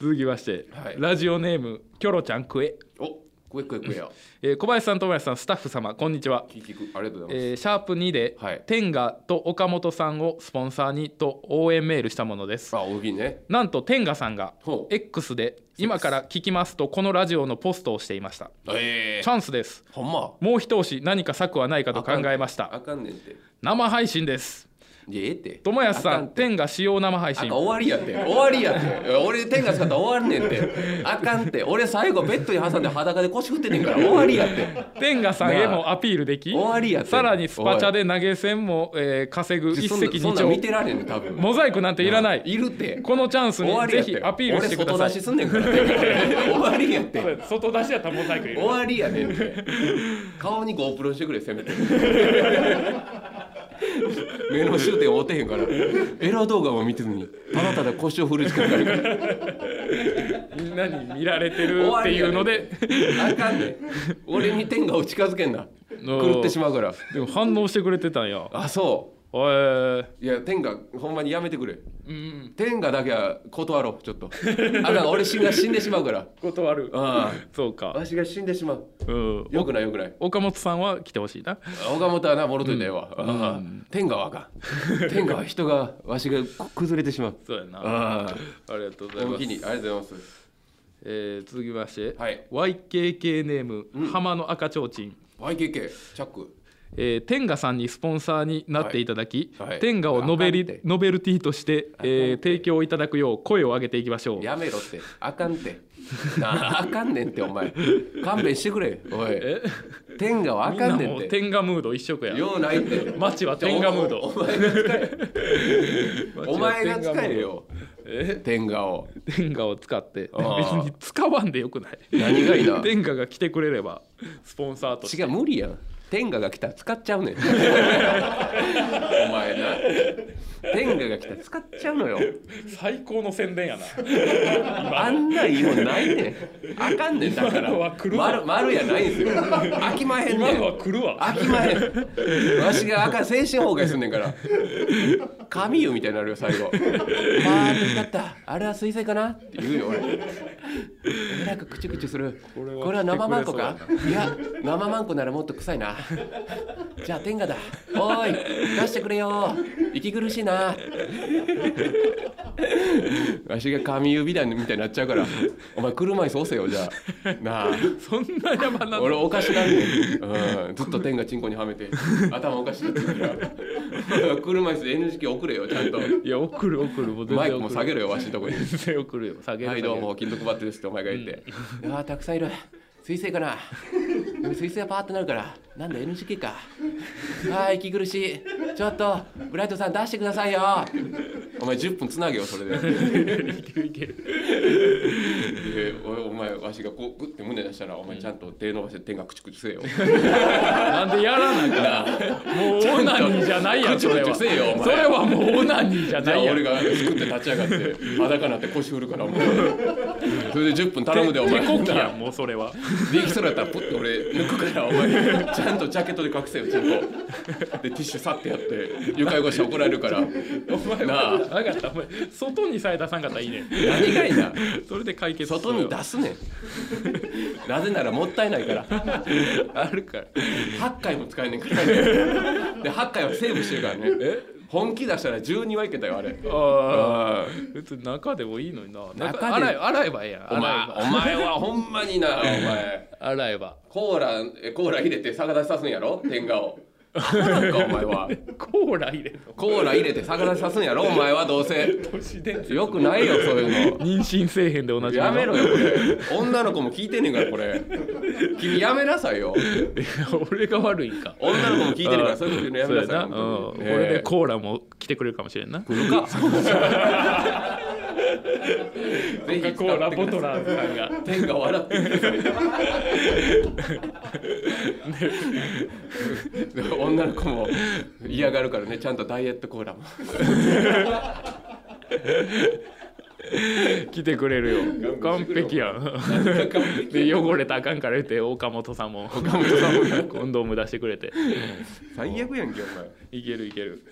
S3: 続きまして、
S4: はい
S3: ラジオネームキョロちゃんクエ、
S4: お食え食え食えや
S3: えー小林さん友林さんスタッフ様こんにちは
S4: 聞きくありがとうございます、
S3: えーシャープ2で、
S4: はい
S3: 天下と岡本さんをスポンサーにと応援メールしたものです
S4: あ大きいね
S3: なんと天下さんが
S4: ほう
S3: X で今から聞きますとこのラジオのポストをしていました
S4: ええ
S3: チャンスです
S4: ほんま
S3: もう一押し何か策はないかと考えまし
S4: あ
S3: た
S4: かんねんて。
S3: 生配信です
S4: いやええって。
S3: 友安
S4: あ
S3: さ
S4: か
S3: ん
S4: て
S3: 天下使用生配
S4: あかん
S3: 信
S4: 終わりやって。終わりやって。俺天が使ったら終わんねんって。あかんって。俺最後ベッドに挟んで裸で腰振ってんねんから終わりやって。
S3: 天下さんへもアピールでき
S4: 終わりやって
S3: さらにスパチャで投げ銭も、えー稼ぐ一
S4: そんな
S3: 石
S4: そ
S3: 二
S4: んなん見
S3: 鳥
S4: てられんねん多分。
S3: モザイクなんていらない
S4: いるって。
S3: このチャンス
S4: 終わ
S3: に
S4: りや
S3: ぜ
S4: って。
S3: ひアピールしてくださ
S4: 俺外出し
S3: い
S4: すんねんから。終わりやって。
S3: 外出しやったらモザイクい
S4: 終わりやねんって。顔に GoPro してくれせめて。目の終点追ってへんからエロ動画も見てずにただただ腰を振るしかないから
S3: みんなに見られてるっていうので、
S4: あかんねん俺に天下を近づけ んな狂ってしまうから
S3: でも反応してくれてたんや。
S4: あそ
S3: えー、
S4: ういや天下ほんまにやめてくれ、天下だけは断ろうちょっとあかん俺死んだ死んでしまうから
S3: 断る。
S4: あ
S3: そう
S4: あ
S3: か。
S4: わしが死んでしまう
S3: うん。
S4: よくないよくない
S3: 岡本さんは来てほしいな。
S4: 岡本はなもろといたよわ、ああ天下はあかん天下は人がわしがこ崩れてしまう
S3: そうやな。あ
S4: ああ
S3: りがとうござい
S4: お
S3: ま
S4: おき
S3: す。
S4: にありがとうございます
S3: えー、続きまして、
S4: はい、
S3: YKK ネーム、浜の赤ちょうちん。
S4: YKK チャック
S3: えー、天下さんにスポンサーになっていただき、
S4: はいはい
S3: 天下をノベ
S4: あかんって
S3: リノベルティとして、えー提供いただくよう声を上げていきましょう
S4: やめろってあかんってなああかんねんってお前勘弁してくれおい
S3: え
S4: 天下はあ
S3: みん
S4: か
S3: なん
S4: ねん
S3: も
S4: っ
S3: う
S4: て
S3: 天下ムード一色や
S4: ようないって
S3: 街は天下ムード
S4: お前が 使えお前が使えよ
S3: え
S4: 天下を
S3: 天下を使って別
S4: ああ
S3: に使わんでよくない
S4: 何がいい な
S3: 天下が来てくれればスポンサーとし
S4: 違
S3: て
S4: う無理やん天下が来たら使っち ゃうねんお前な天下が来たら使っちゃうのよ
S3: 最高の宣伝やな
S4: あんないいのないねんあかんねんだか
S3: 今のは
S4: ら
S3: 来るぞ
S4: 丸丸やないんですよ飽きまへんね
S3: 今の
S4: ん
S3: は来るわ
S4: 飽きまへん わしが赤精神崩壊すんねんから神湯みたいになるよ最後「 まあよかったあれは水星かな?」って言うよ俺えらくクチュクチュするこれ
S3: れは
S4: は生マンコか
S3: 来て
S4: いや生マンコならもっと臭いなじゃあ天下だおーい出してくれよ息苦しいなわしが神湯みたいになっちゃうからお前車椅子押せよじゃあなあ
S3: そんな山な
S4: 俺
S3: の
S4: おかしなん で、うん、ずっと天がチンコにはめ て頭おかしいって言うから車椅子で NGK 送れよちゃんと
S3: いや送る送るもう全然送る
S4: マイクも下げろよわしの とこに「
S3: 全然送るよ下げる
S4: はいどう
S3: 下げ
S4: も
S3: る
S4: 金属バットです」ってお前が言って「ああたくさんいる水星かなでも水星はパーってなるからなんだ NGK かああ息苦しいちょっとブライトさん出してくださいよ」お前10分つなげよそれで
S3: いけるいける
S4: でおお前わしがこうグッて胸出したらお前ちゃんと手伸ばして天がクチュクチュせえよ
S3: なんでやらなきゃもうオナニーじゃないや んそれは
S4: 口口せえよお前
S3: それはもうオナニーじゃ
S4: じゃ
S3: な
S4: あ
S3: いやん
S4: 俺が作って立ち上が って裸になって腰振るからもうそれで10分頼むでお前
S3: 手こきやんもうそれは
S4: できそうだったらポッて俺抜くからお前ちゃんとジャケットで隠せよちゃんとでティッシュさってやって床汚して怒られるからお前なあ
S3: 分かったお前外にさえ出さんかったらいいね
S4: 何がいな
S3: それで解決
S4: 外に出すねんなぜならもったいないから
S3: あるから
S4: 8回も使えねんからねで8回はセーブしてるからね本気出したら12はいけたよあれ
S3: ああ
S4: ああ
S3: 別に中でもいいのにな
S4: 中で
S3: 中洗え洗えばええやん
S4: お前お
S3: 洗えば
S4: 前はほんまに なお前
S3: 洗えば
S4: コーラえコーラ入れて逆立ちさすんやろ天下をなんかお前は
S3: コーラ入れん の
S4: コーラ入れて逆立ちさすんやろお前はどうせ
S3: 都市伝説
S4: よくないよそういうの
S3: 妊娠せえへんで同じ
S4: やめろよこれ女の子も聞いてんねんからこれ君やめなさいよ
S3: 俺が悪いんか
S4: 女の子も聞いてんねんからそういうこと言うのや
S3: そ
S4: め
S3: う
S4: な
S3: やな、う
S4: さい
S3: ん、
S4: 本
S3: こ
S4: 当に
S3: れで
S4: ええ
S3: コーラも来てくれるかもしれんな、
S4: 来るかぜひ
S3: コーラボトラーズさんが
S4: 天が笑ってる で女の子も嫌がるからねちゃんとダイエットコーラも
S3: 来てくれるよ完璧やんで汚れたらあかんから言って岡本さんも岡本さんもコンドーム出してくれて
S4: 最悪やんけお前
S3: いけるいける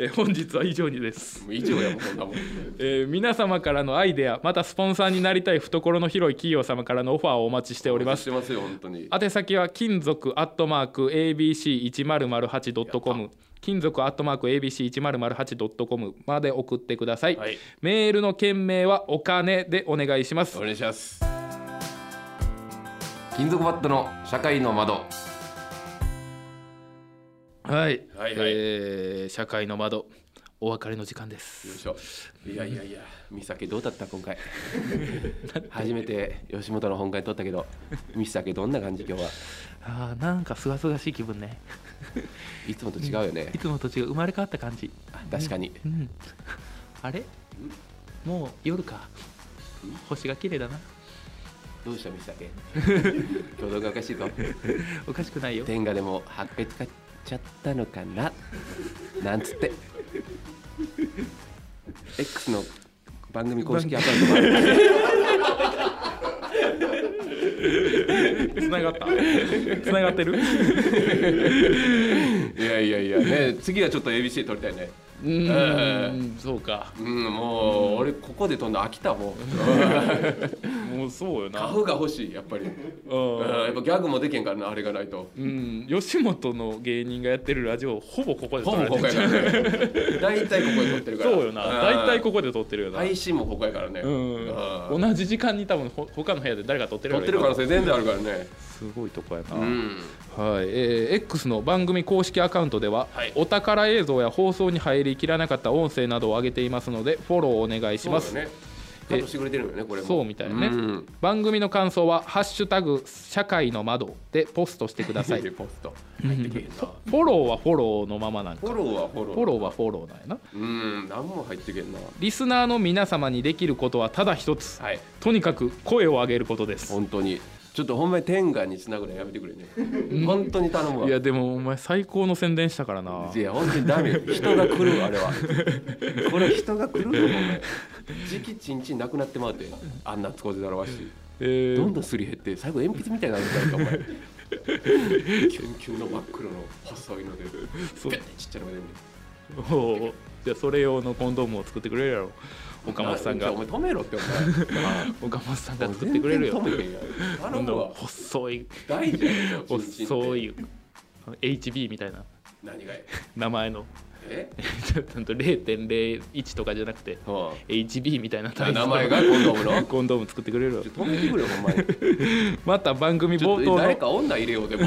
S3: えー本日は以上にです
S4: もう以上やもんそんなもん
S3: えー皆様からのアイデアまたスポンサーになりたい懐の広い企業様からのオファーをお待ちしておりま
S4: し
S3: す
S4: てますよ本当に
S3: 宛先は金属アットマーク ABC1008.com 金属アットマーク ABC1008.com まで送ってください、
S4: はい
S3: メールの件名はお金でお願いします
S4: お願いします金属バットの社会の窓
S3: はい、
S4: はいはい
S3: えー社会の窓お別れの時間で
S4: よい
S3: す
S4: しょいやいやいや美咲どうだった今 回初めて吉本の本会撮ったけど美咲どんな感じ今日は
S3: あーなんかすがすがしい気分ね
S4: いつもと違うよ ね
S3: いつもと違う生まれ変わった感じ
S4: 確かに
S3: うん、あれもう夜か星が綺麗だな
S4: どうした美 咲挙動がおかしいぞ
S3: おかしくないよ
S4: 天下でも8回使っちゃったのかななんつって X の番組公式アカウントもある
S3: つなが ったつながってる
S4: いやいやいやね次はちょっと ABC 撮りたいね
S3: うーんそうか
S4: うんもう俺ここで飛んだ飽きたもう
S3: もうそうよな
S4: アフが欲しいやっぱりうん
S3: うん
S4: やっぱギャグもできへんからなあれがないと
S3: うん吉本の芸人がやってるラジオほぼここで
S4: ほ
S3: 撮
S4: ぼ
S3: られて
S4: ここや
S3: る
S4: からね大体ここで撮ってるから
S3: そうよな大体こ
S4: こ
S3: こで撮ってるよな
S4: 配信もここやからね
S3: うん
S4: ん
S3: 同じ時間に多分ほ他の部屋で誰か撮ってる
S4: 撮
S3: やろ
S4: ってる可能性全然あるからね
S3: すごいとこやな、
S4: うん
S3: はいえー X の番組公式アカウントでは、
S4: はい
S3: お宝映像や放送に入りきらなかった音声などを上げていますのでフォローお願いします、
S4: そうだねカットしてくれてるよねこれも
S3: そうみたいね
S4: うん
S3: 番組の感想は「ハッシュタグ社会の窓」でポストしてくだ さいフ
S4: ポスト入ってけえへんな
S3: ォローはフォローのままなん
S4: フ
S3: か
S4: ォローはフォロー
S3: フォローはフォローなんやな
S4: うん何も入ってけえへんな
S3: リスナーの皆様にできることはただ一つ、
S4: はい
S3: とにかく声を上げることです
S4: 本当にちょっとほんまに天下につなぐのやめてくれね本当に頼むわ
S3: い
S4: い
S3: や
S4: や
S3: でもお前最高の宣伝したからな
S4: 本当にダメよ人が来るわあれはこれ人が来るよお前時期ちんちんなくなってまうてあんなつこでだらわしい
S3: えー
S4: どんどんすり減って最後鉛筆みたいになるじ ゃないかお前キュンキュンの真っ黒の細いので
S3: そう
S4: ペッてちっちゃいのが出んねん
S3: おうおうじゃあそれ用のコンドームを作ってくれるやろ岡本さん
S4: な
S3: が
S4: お前止めろってお前
S3: 岡本さんが作ってくれるよ
S4: 全然止めへんやん
S3: ど
S4: 頼
S3: ん
S4: む
S3: ど
S4: わ
S3: ん細い
S4: 大事やろちんちんって
S3: 細い HB みたいな
S4: 何がや
S3: 名前の
S4: え
S3: ちょっと0.01とかじゃなくて
S4: は
S3: HB みたいな
S4: あ
S3: 単位の
S4: 名前が今度もの
S3: コンドーム作ってくれるよ
S4: ちょ止めてくれよほんまに
S3: また番組
S4: ちょ
S3: 冒頭
S4: っと
S3: の
S4: 誰か女入れよ うでも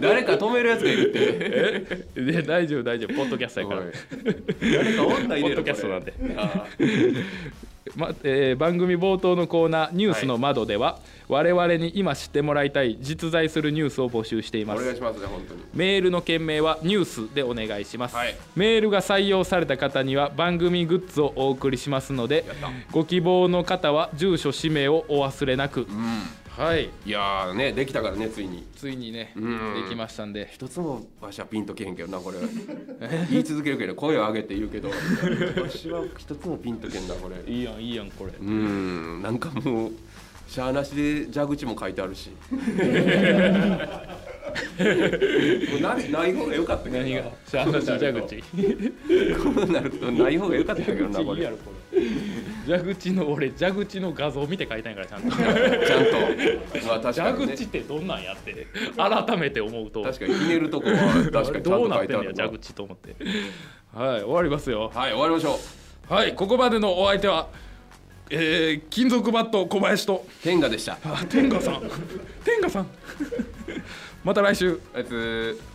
S4: 誰か止めるやつがいるって
S3: いや大丈夫大丈夫ポッドキャストやから
S4: おい誰か女入れ
S3: ポ
S4: ろ
S3: ッドキャストなんで
S4: これあ
S3: まえー番組冒頭のコーナー「ニュースの窓」では、我々に今知ってもらいたい実在するニュースを募集してい
S4: あ
S3: ま
S4: お
S3: す
S4: 願いしますね本当に
S3: メールの件名は「ニュース」でお願いします、
S4: はい
S3: メールが採用された方には番組グッズをお送りしますので
S4: やった
S3: ご希望の方は住所氏名をお忘れなく、はい
S4: いやーねできたからねついに
S3: ついにね
S4: ん
S3: できましたんで
S4: 一つもわしはピンとけへんけどなこれ言い続けるけど声を上げて言うけどわしは一つもピンとけんだこれう
S3: いいやんいいやんこれ
S4: ーんなんかもうしゃあなしで蛇口も書いてあるしもうなない方が良かったけどな
S3: 何がしゃあなし蛇口
S4: こうなるとない方が良かったけどなこれ
S3: いいやろこれ蛇口の俺蛇口の画像見て書いたんやからちゃんと
S4: ちゃんとまあ確かに、
S3: 蛇
S4: ね
S3: 口っ、てどんなんやって改めて思うと
S4: 確かにひねるとこは確かにちゃん
S3: どう
S4: と
S3: な
S4: 書
S3: っ
S4: い
S3: て
S4: て
S3: ん
S4: あ
S3: ねや
S4: るな
S3: 蛇口と思ってはい終わりますよ
S4: はい終わりましょう
S3: はいここまでのお相手はえー、金属バット小林と
S4: 天下でした
S3: あ天下さん天下さん また来週
S4: あいつー